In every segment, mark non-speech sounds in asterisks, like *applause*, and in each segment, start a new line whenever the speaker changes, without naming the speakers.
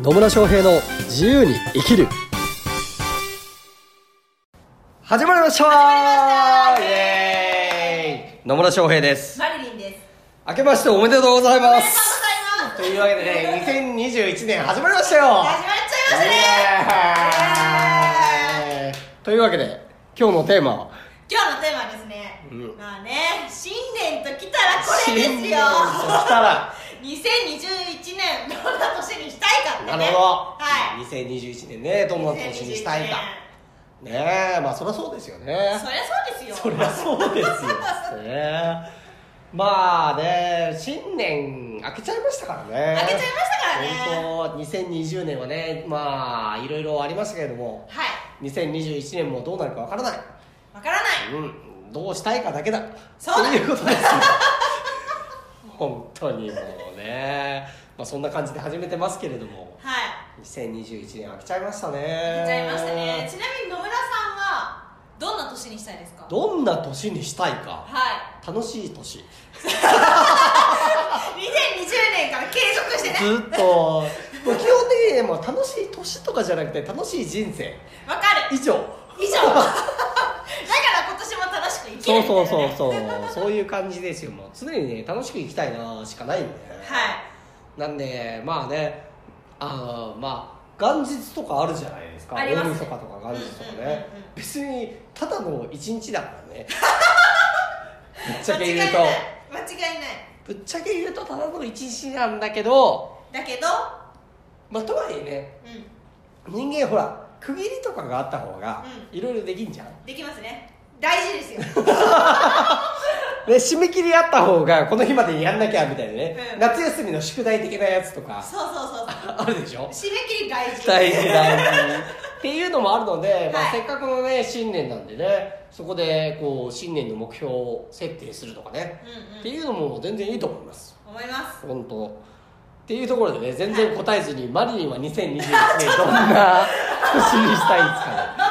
野村翔平の自由に生きる始まりましたイエーイ野村翔平です
マリリンです。
明けましておめでとうございます
あ
と
りがとうございます。
いうわけでね2021年始まりましたよ
始まっちゃいましたね。イ
イエ
エーイ
ーイというわけで今日のテーマは
今日のテーマはですね。
うん
まあね、新年ときたらこれです
新年
よ。
ときた *laughs* ら
2021年どんな年にしたいかってね。
なるほど、
はい。
2021年ねどんな年にしたいかねえまあそりゃそうですよね
2021年。そりゃそうで
そりゃそうで
すよ。
すよ、ね、まあね新年明けちゃいましたからね
開けちゃいましたからね。
本当2020年はねまあいろいろありましたけれども
はい。
2021年もどうなるかわからない、
わからない。
うん、どうしたいかだけだ
そうだ
ということですよ本当にもうね、まあ、そんな感じで始めてますけれども
はい。
2021年明けちゃいましたね
開けちゃいましたね。ちなみに野村さんはどんな年にしたいですか。
どんな年にしたいか
はい。
楽しい年
2020年から継続してね。
ずっともう基本的にねもう楽しい年とかじゃなくて楽しい人生
わかる。
以上
以上 *laughs* だから今年も楽しく生きるみたい
そ
な
う
ね
そうそうそう
は
そういう感じですよもう常にね楽しく生きたいなしかないんで、なんでまあねあのまあ元日とかあるじゃないですか
あります
大
ね
晦日とか元日とかね、
うんうんうんうん
別にただの一日だから
*laughs*
ねぶっ
い
ちゃけ言うと
間違いない間違いない
ぶっちゃけ言うとただの一日なんだけど
だけど
まあとはいえね
うん
人間ほら区切りとかがあった方がいろいろできんじゃん、
できますね大事ですよ
*laughs* で締め切りあった方がこの日までにやんなきゃみたいなね、
うん
夏休みの宿題的なやつとか
そうそうそうそう
あるでしょ
締め切り大事
大事大事っていうのもあるので、ま
は
あ、
い
せっかくのね新年なんでねそこでこう新年の目標を設定するとかね、
うん
って
うん
いうのも全然いいと思います
思います
本当っていうところでね全然答えずに、マリリンは2021年どんな年にしたいんですかね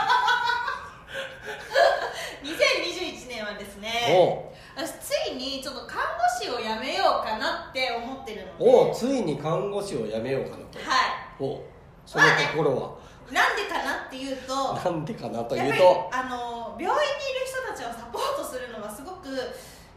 2021年はですね
お
私ついにちょっと看護師を辞めようかなって思ってるので
おうついに看護師を辞めようかなと、
は
おうその心は、
いなんでかなっていうと
なんでかなと
や
い
っ
う
ぱり
と
あの病院にいる人たちをサポートするのがすごく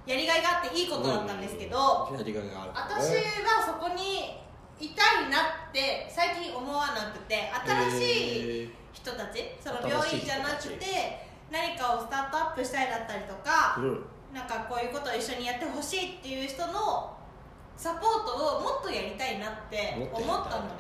やりがいがあっていいことだったんですけど、
うんやりがいがあるから
私
ね
はそこにいたいなって最近思わなくて新しい
へー
人たち、その病院じゃなくて何かをスタートアップしたいだったりと
う
か、
ん
なんかこういうことを一緒にやってほしいっていう人のサポートをもっとやりたいなって
もっと
思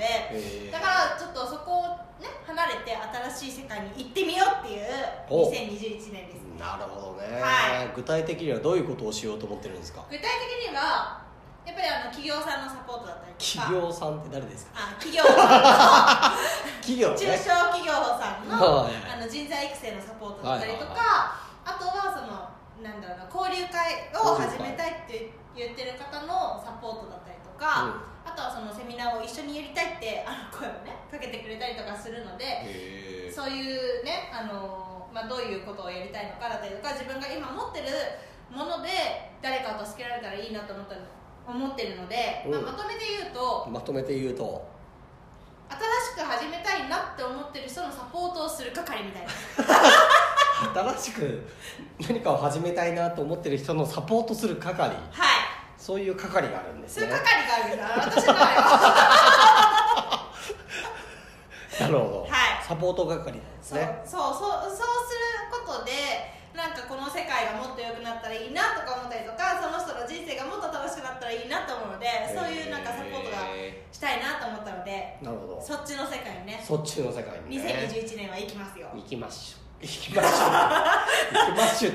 やりたいへ
ったので
ー
だからちょっとそこをね離れて新しい世界に行ってみようっていう
お
2021年です
なるほどね、
は
具体的にはどういうことをしようと思ってるんですか
具体的にはやっぱりあの企業さんのサポートだったりと
企
か
業さんって誰ですか
あ
*laughs*
企業さんの
企業ね
中小企業さん
はい
の,、あの人材育成のサポートだったりとか、
はい
あとはそのなんだろうな交流会を始めたいって言ってる方のサポートだったりとか、あとはそのセミナーを一緒にやりたいってあの声をねかけてくれたりとかするので、
へー
そういうねあの、まあ、どういうことをやりたいのかだったりとか自分が今持ってるもので誰かを助けられたらいいなと思ったの思ってるので、まあ
うん
まとめて言うと
まとめて言うと
新しく始めたいなって思ってる人のサポートをする係みたいな
新しく何かを始めたいなと思ってる人のサポートする係
はい
そういう係があるんです
そうい
ね
う係があるんです私の場合は
なるほど、
はい
サポート係なんです *laughs* ね
そうそうそうそうすることでなんかこの世界がもっと良くなったらいいなとか思ったりとかその人の人生がもっと楽しくなったらいいなと思うのでそういうなんかサポートが
へ
したいなと思ったので
ーなるほど
そっちの世界にね
そっちの世界にね
2021年は行きますよ
行きましょう行きましょう行きましょうっ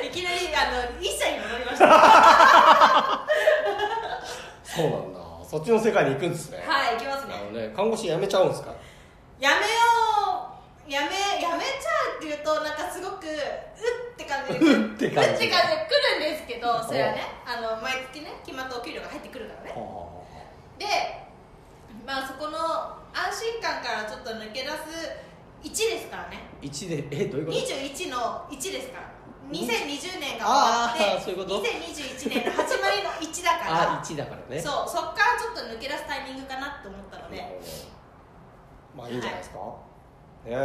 て
いきなりあの一社に戻りましたは
そうなんだそっちの世界に行くんですね
い行きますね
あのね看護師辞めちゃうんですか
やめようやめやめちゃうっていうとなんかすごくうって感じで
うって感じ
うって感じで来るんですけどそれはねあの毎月ね決まったお給料が入ってくるからねでまあそこの安心感からちょっと抜け出す1ですからね
1でえどういうこと
21の1ですから2020年が終わ
あ
っ
ーそう
て
いうこと
2021年の始まりの1だ
あ
か
1だから
ら
ね
そうそっからちょっと抜け出すタイミングかなと思ったの
な
で
るほどまあいいんじゃないですか、ね
な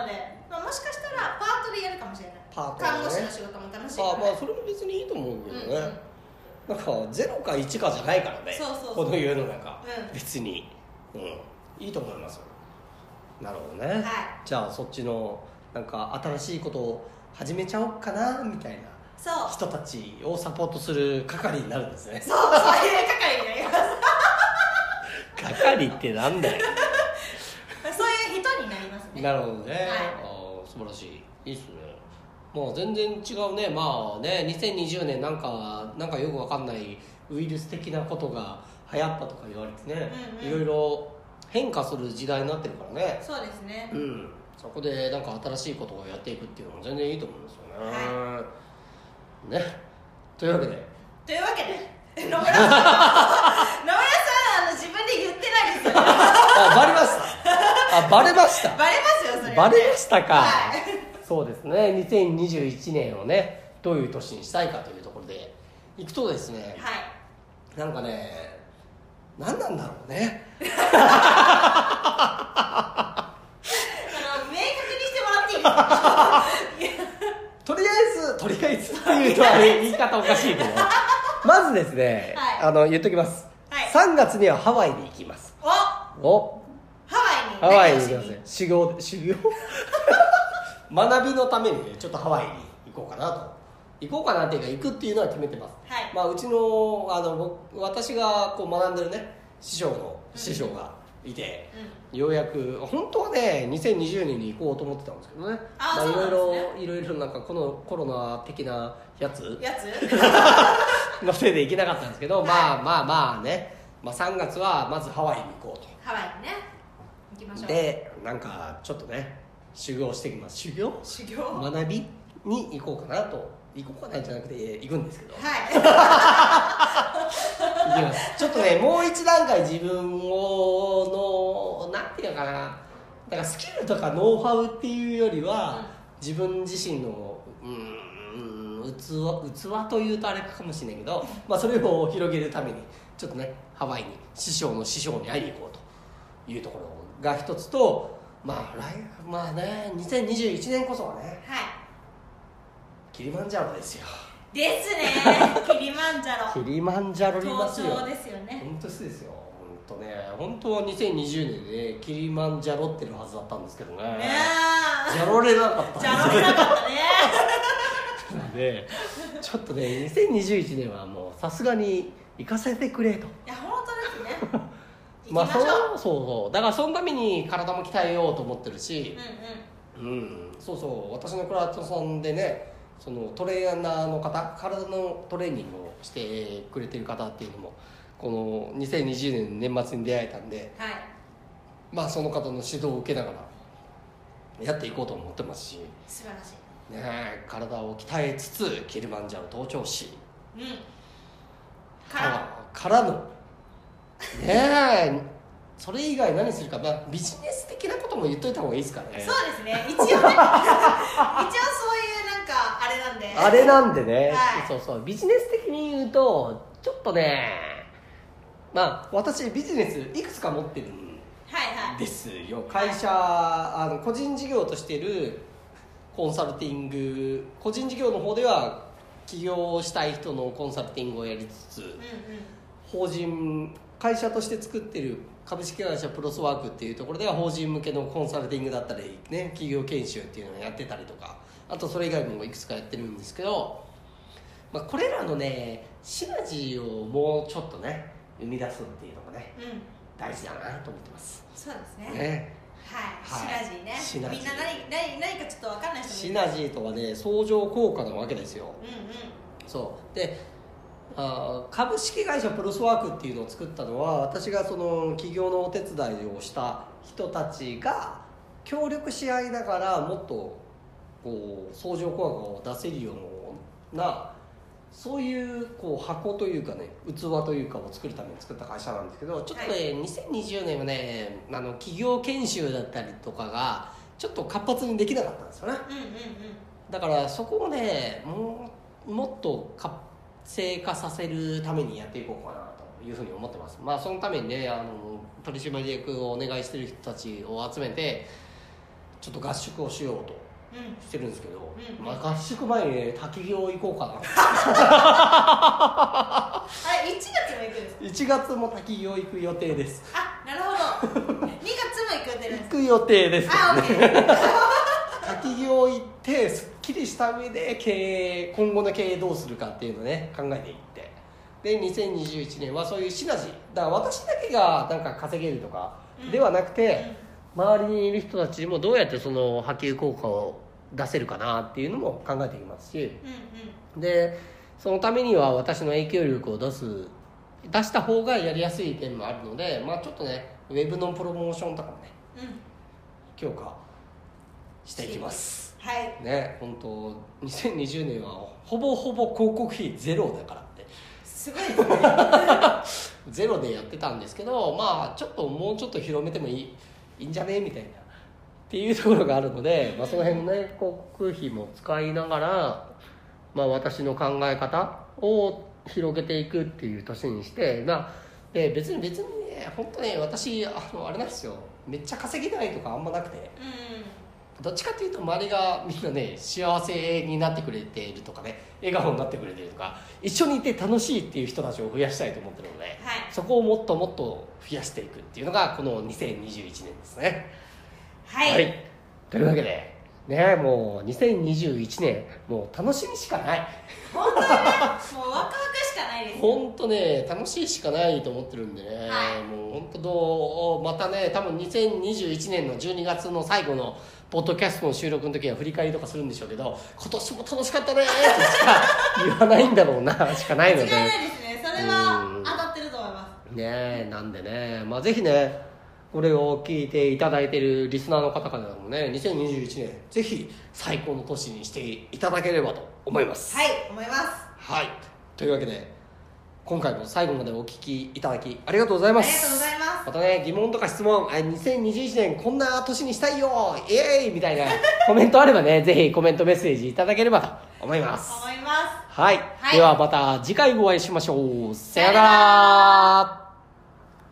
ので、まあ、もしかしたらパートでやるかもしれない
パートでね
看護師の仕事も楽しいから
あまあそれも別にいいと思うけどね、
うんうん
なんか0か1かじゃないからね
そうそうそう
この世の中、
うん
別に、うん、いいと思いますよなるほどね、
はい
じゃあそっちのなんか新しいことを始めちゃおうかなみたいな
そうそう
人たちをサポートする係になるんですね
そういう係になります
係ってなんだよ
そういう人になります
*laughs*
ね
なるほどね、
い
あー素晴らしいいいっすねまあ全然違うねまあね2020年なんかなんかよくわかんないウイルス的なことが流行ったとか言われてね、
うんうん
いろいろ変化する時代になってるからね
そうですね
うんそこでなんか新しいことをやっていくっていうのも全然いいと思うんですよね、ねというわけで
というわけで野村さん野村さんあの自分で言ってないですよね
あバレましたあバレました
バレますよそれ
バレましたか、
はい
そうですね2021年をねどういう年にしたいかというところでいくとですね
はい
なんかね何なんだろうね
あの明確にしてもらっていいですか *laughs*
とりあえずとりあえずっていうとあれ言い方おかしいけどまずですね、
はい
あの言っときます、
はい
3月にはハワイに行きます
おハ
お
ワイに
ハワイに行き
何
ま
をし
す
に
ね修行修行学びのためにねちょっとハワイに行こうかなと行こうかなっていうか行くっていうのは決めてます
はい
まあ、うちのあの僕私がこう学んでるね師匠の師匠がいて、ようやく本当はね2020年に行こうと思ってたんですけどね
あ
ま
そ
い
う
ろい
なん
ろいろいろなんかこのコロナ的なや
う
つ
んやつ
のせいで行けなかったんですけど、
はい
まあまあまあね、まあ、3月はまずハワイに行こう
ハワイにね行きましょ
と
う
でなんかちょっとね修行してきます修行
修行はい
学びに行こうかなと行こうかなじゃなくて行くんですけどいきます *laughs* ちょっとねもう一段階自分をのなんていうのかなだからスキルとかノウハウっていうよりは、
うん
自分自身のうーん器器というとあれかもしれないけど、まあ、それを広げるためにちょっとねハワイに師匠の師匠に会いに行こうというところが一つとまあ来まあね2021年こそはね
は
キリマンジャロですよ
いですねキリマンジャロ
キリマンジャロいますよ
東京ですよね
本当そうですよ本当ね本当は2020年で、ね、キリマンジャロってるはずだったんですけどね
ね
ジャロれなかっ
えジ
た
ャロれなかったね
んでちょっとね2021年はもうさすがに行かせてくれと
いや本当ですね行き
*laughs* ま
ま
あ
し
そ
ょ
う
う
そうそうだからそのために体も鍛えようと思ってるし
うんうん
うんそうそう私のクライアントさんでねそのトレーナーの方体のトレーニングをしてくれてる方っていうのもこの2020年の年末に出会えたんで
はい
まあ、その方の指導を受けながらやっていこうと思ってますし、ね
素晴らしい
え、体を鍛えつつキルマンジャロ登頂し
うんから
からからのねえそれ以外何するか、まあ、ビジネス的なことも言っといた方がいいですかね
そうですね
*laughs*
一応ね一応そういうなんかあれなんで
あれなんでね、
はい
そうそうビジネス的に言うとちょっとねまあ私ビジネスいくつか持ってるん
はいはい
ですよ会社あの個人事業としてるコンサルティング個人事業の方では起業したい人のコンサルティングをやりつつ
う
法人会社として作ってる株式会社プロスワークっていうところでは法人向けのコンサルティングだったり、ね、企業研修っていうのをやってたりとかあとそれ以外にもいくつかやってるんですけど、まあ、これらのねシナジーをもうちょっとね生み出すっていうのがね
んうんうん
大事だなと思ってます。
そうですね
ね
はい、
はい
シナジーね
シナジー
みんな何何何かちょっと分かんない人もい
シ
る
ナジーとはね相乗効果なわけですよ
うん
そうであー株式会社プロスワークっていうのを作ったのは私がその企業のお手伝いをした人たちが協力し合いながらもっとこう相乗効果を出せるようなそういうこう箱というかね器というかを作るために作った会社なんですけどちょっとね、
は
2020年はねあの企業研修だったりとかがちょっと活発にできなかったんですよね。
うんうんうんうん
だからそこをねもうもっと活性化させるためにやっていこうかなというふうに思ってますまあそのためにねあの取締役をお願いしてる人たちを集めてちょっと合宿をしようと
うん
してるんですけど、
うん
まあ、合宿前にね滝行行こうかな *laughs*
あれ1月も行くんですか
1月も滝行行く予定です
あなるほど2月も行く予定
行
なんです
く予定です
あオッケー
滝行行ってすっきりした上で経営今後の経営どうするかっていうのをね考えていってで2021年はそういうシナジーだから私だけがなんか稼げるとか
うん
ではなくて、周りにいる人たちもどうやってその波及効果を出せるかなっていうのも考えていきますし
うんうん
でそのためには私の影響力を出す出した方がやりやすい点もあるのでまあちょっとねウェブのプロモーションとかもね
うんうん
強化していきます
はい
ね本当2020年はほぼほぼ広告費ゼロだからって
すごいですね
ゼロでやってたんですけどまあちょっともうちょっと広めてもいいいいんじゃねみたいなっていうところがあるので、まあ、その辺のね広告費も使いながら、まあ、私の考え方を広げていくっていう年にしてまあで別に別にね本当ね私あのあれなんですよめっちゃ稼げないとかあんまなくて
う
どっちかっていうと周りがみんなね幸せになってくれているとかね笑顔になってくれているとか一緒にいて楽しいっていう人たちを増やしたいと思ってるので
んはい
そこをもっともっと増やしていくっていうのがこの2021年ですね。
はい、
というわけでねもう2021年もう楽しみしかない
本当にねもうワクワクしかないですよ
本当ね楽しいしかないと思ってるんでね、
はい
もう本当どうまたね多分2021年の12月の最後のポッドキャストの収録の時は振り返りとかするんでしょうけど今年も楽しかったねーってしか言わないんだろう
*laughs*
なしかないの
間
で
違い
ね
ないですねそれ
う
は
ん
当たってると思います
えなんでねまあぜひねこれを聞いていただいてるリスナーの方々もね2021年ぜひ最高の年にしていただければと思います
はい思います
はい、というわけで今回も最後までお聞きいただきありがとうござい
あり
ま
がとうご
す
ざいます
またね疑問とか質問あ2021年こんな年にしたいよイエーイみたいな *laughs* コメントあればねぜひコメントメッセージいただければと思います
思います
はい、
はい
ではまた次回お会いしましょうさよな
さよな
ら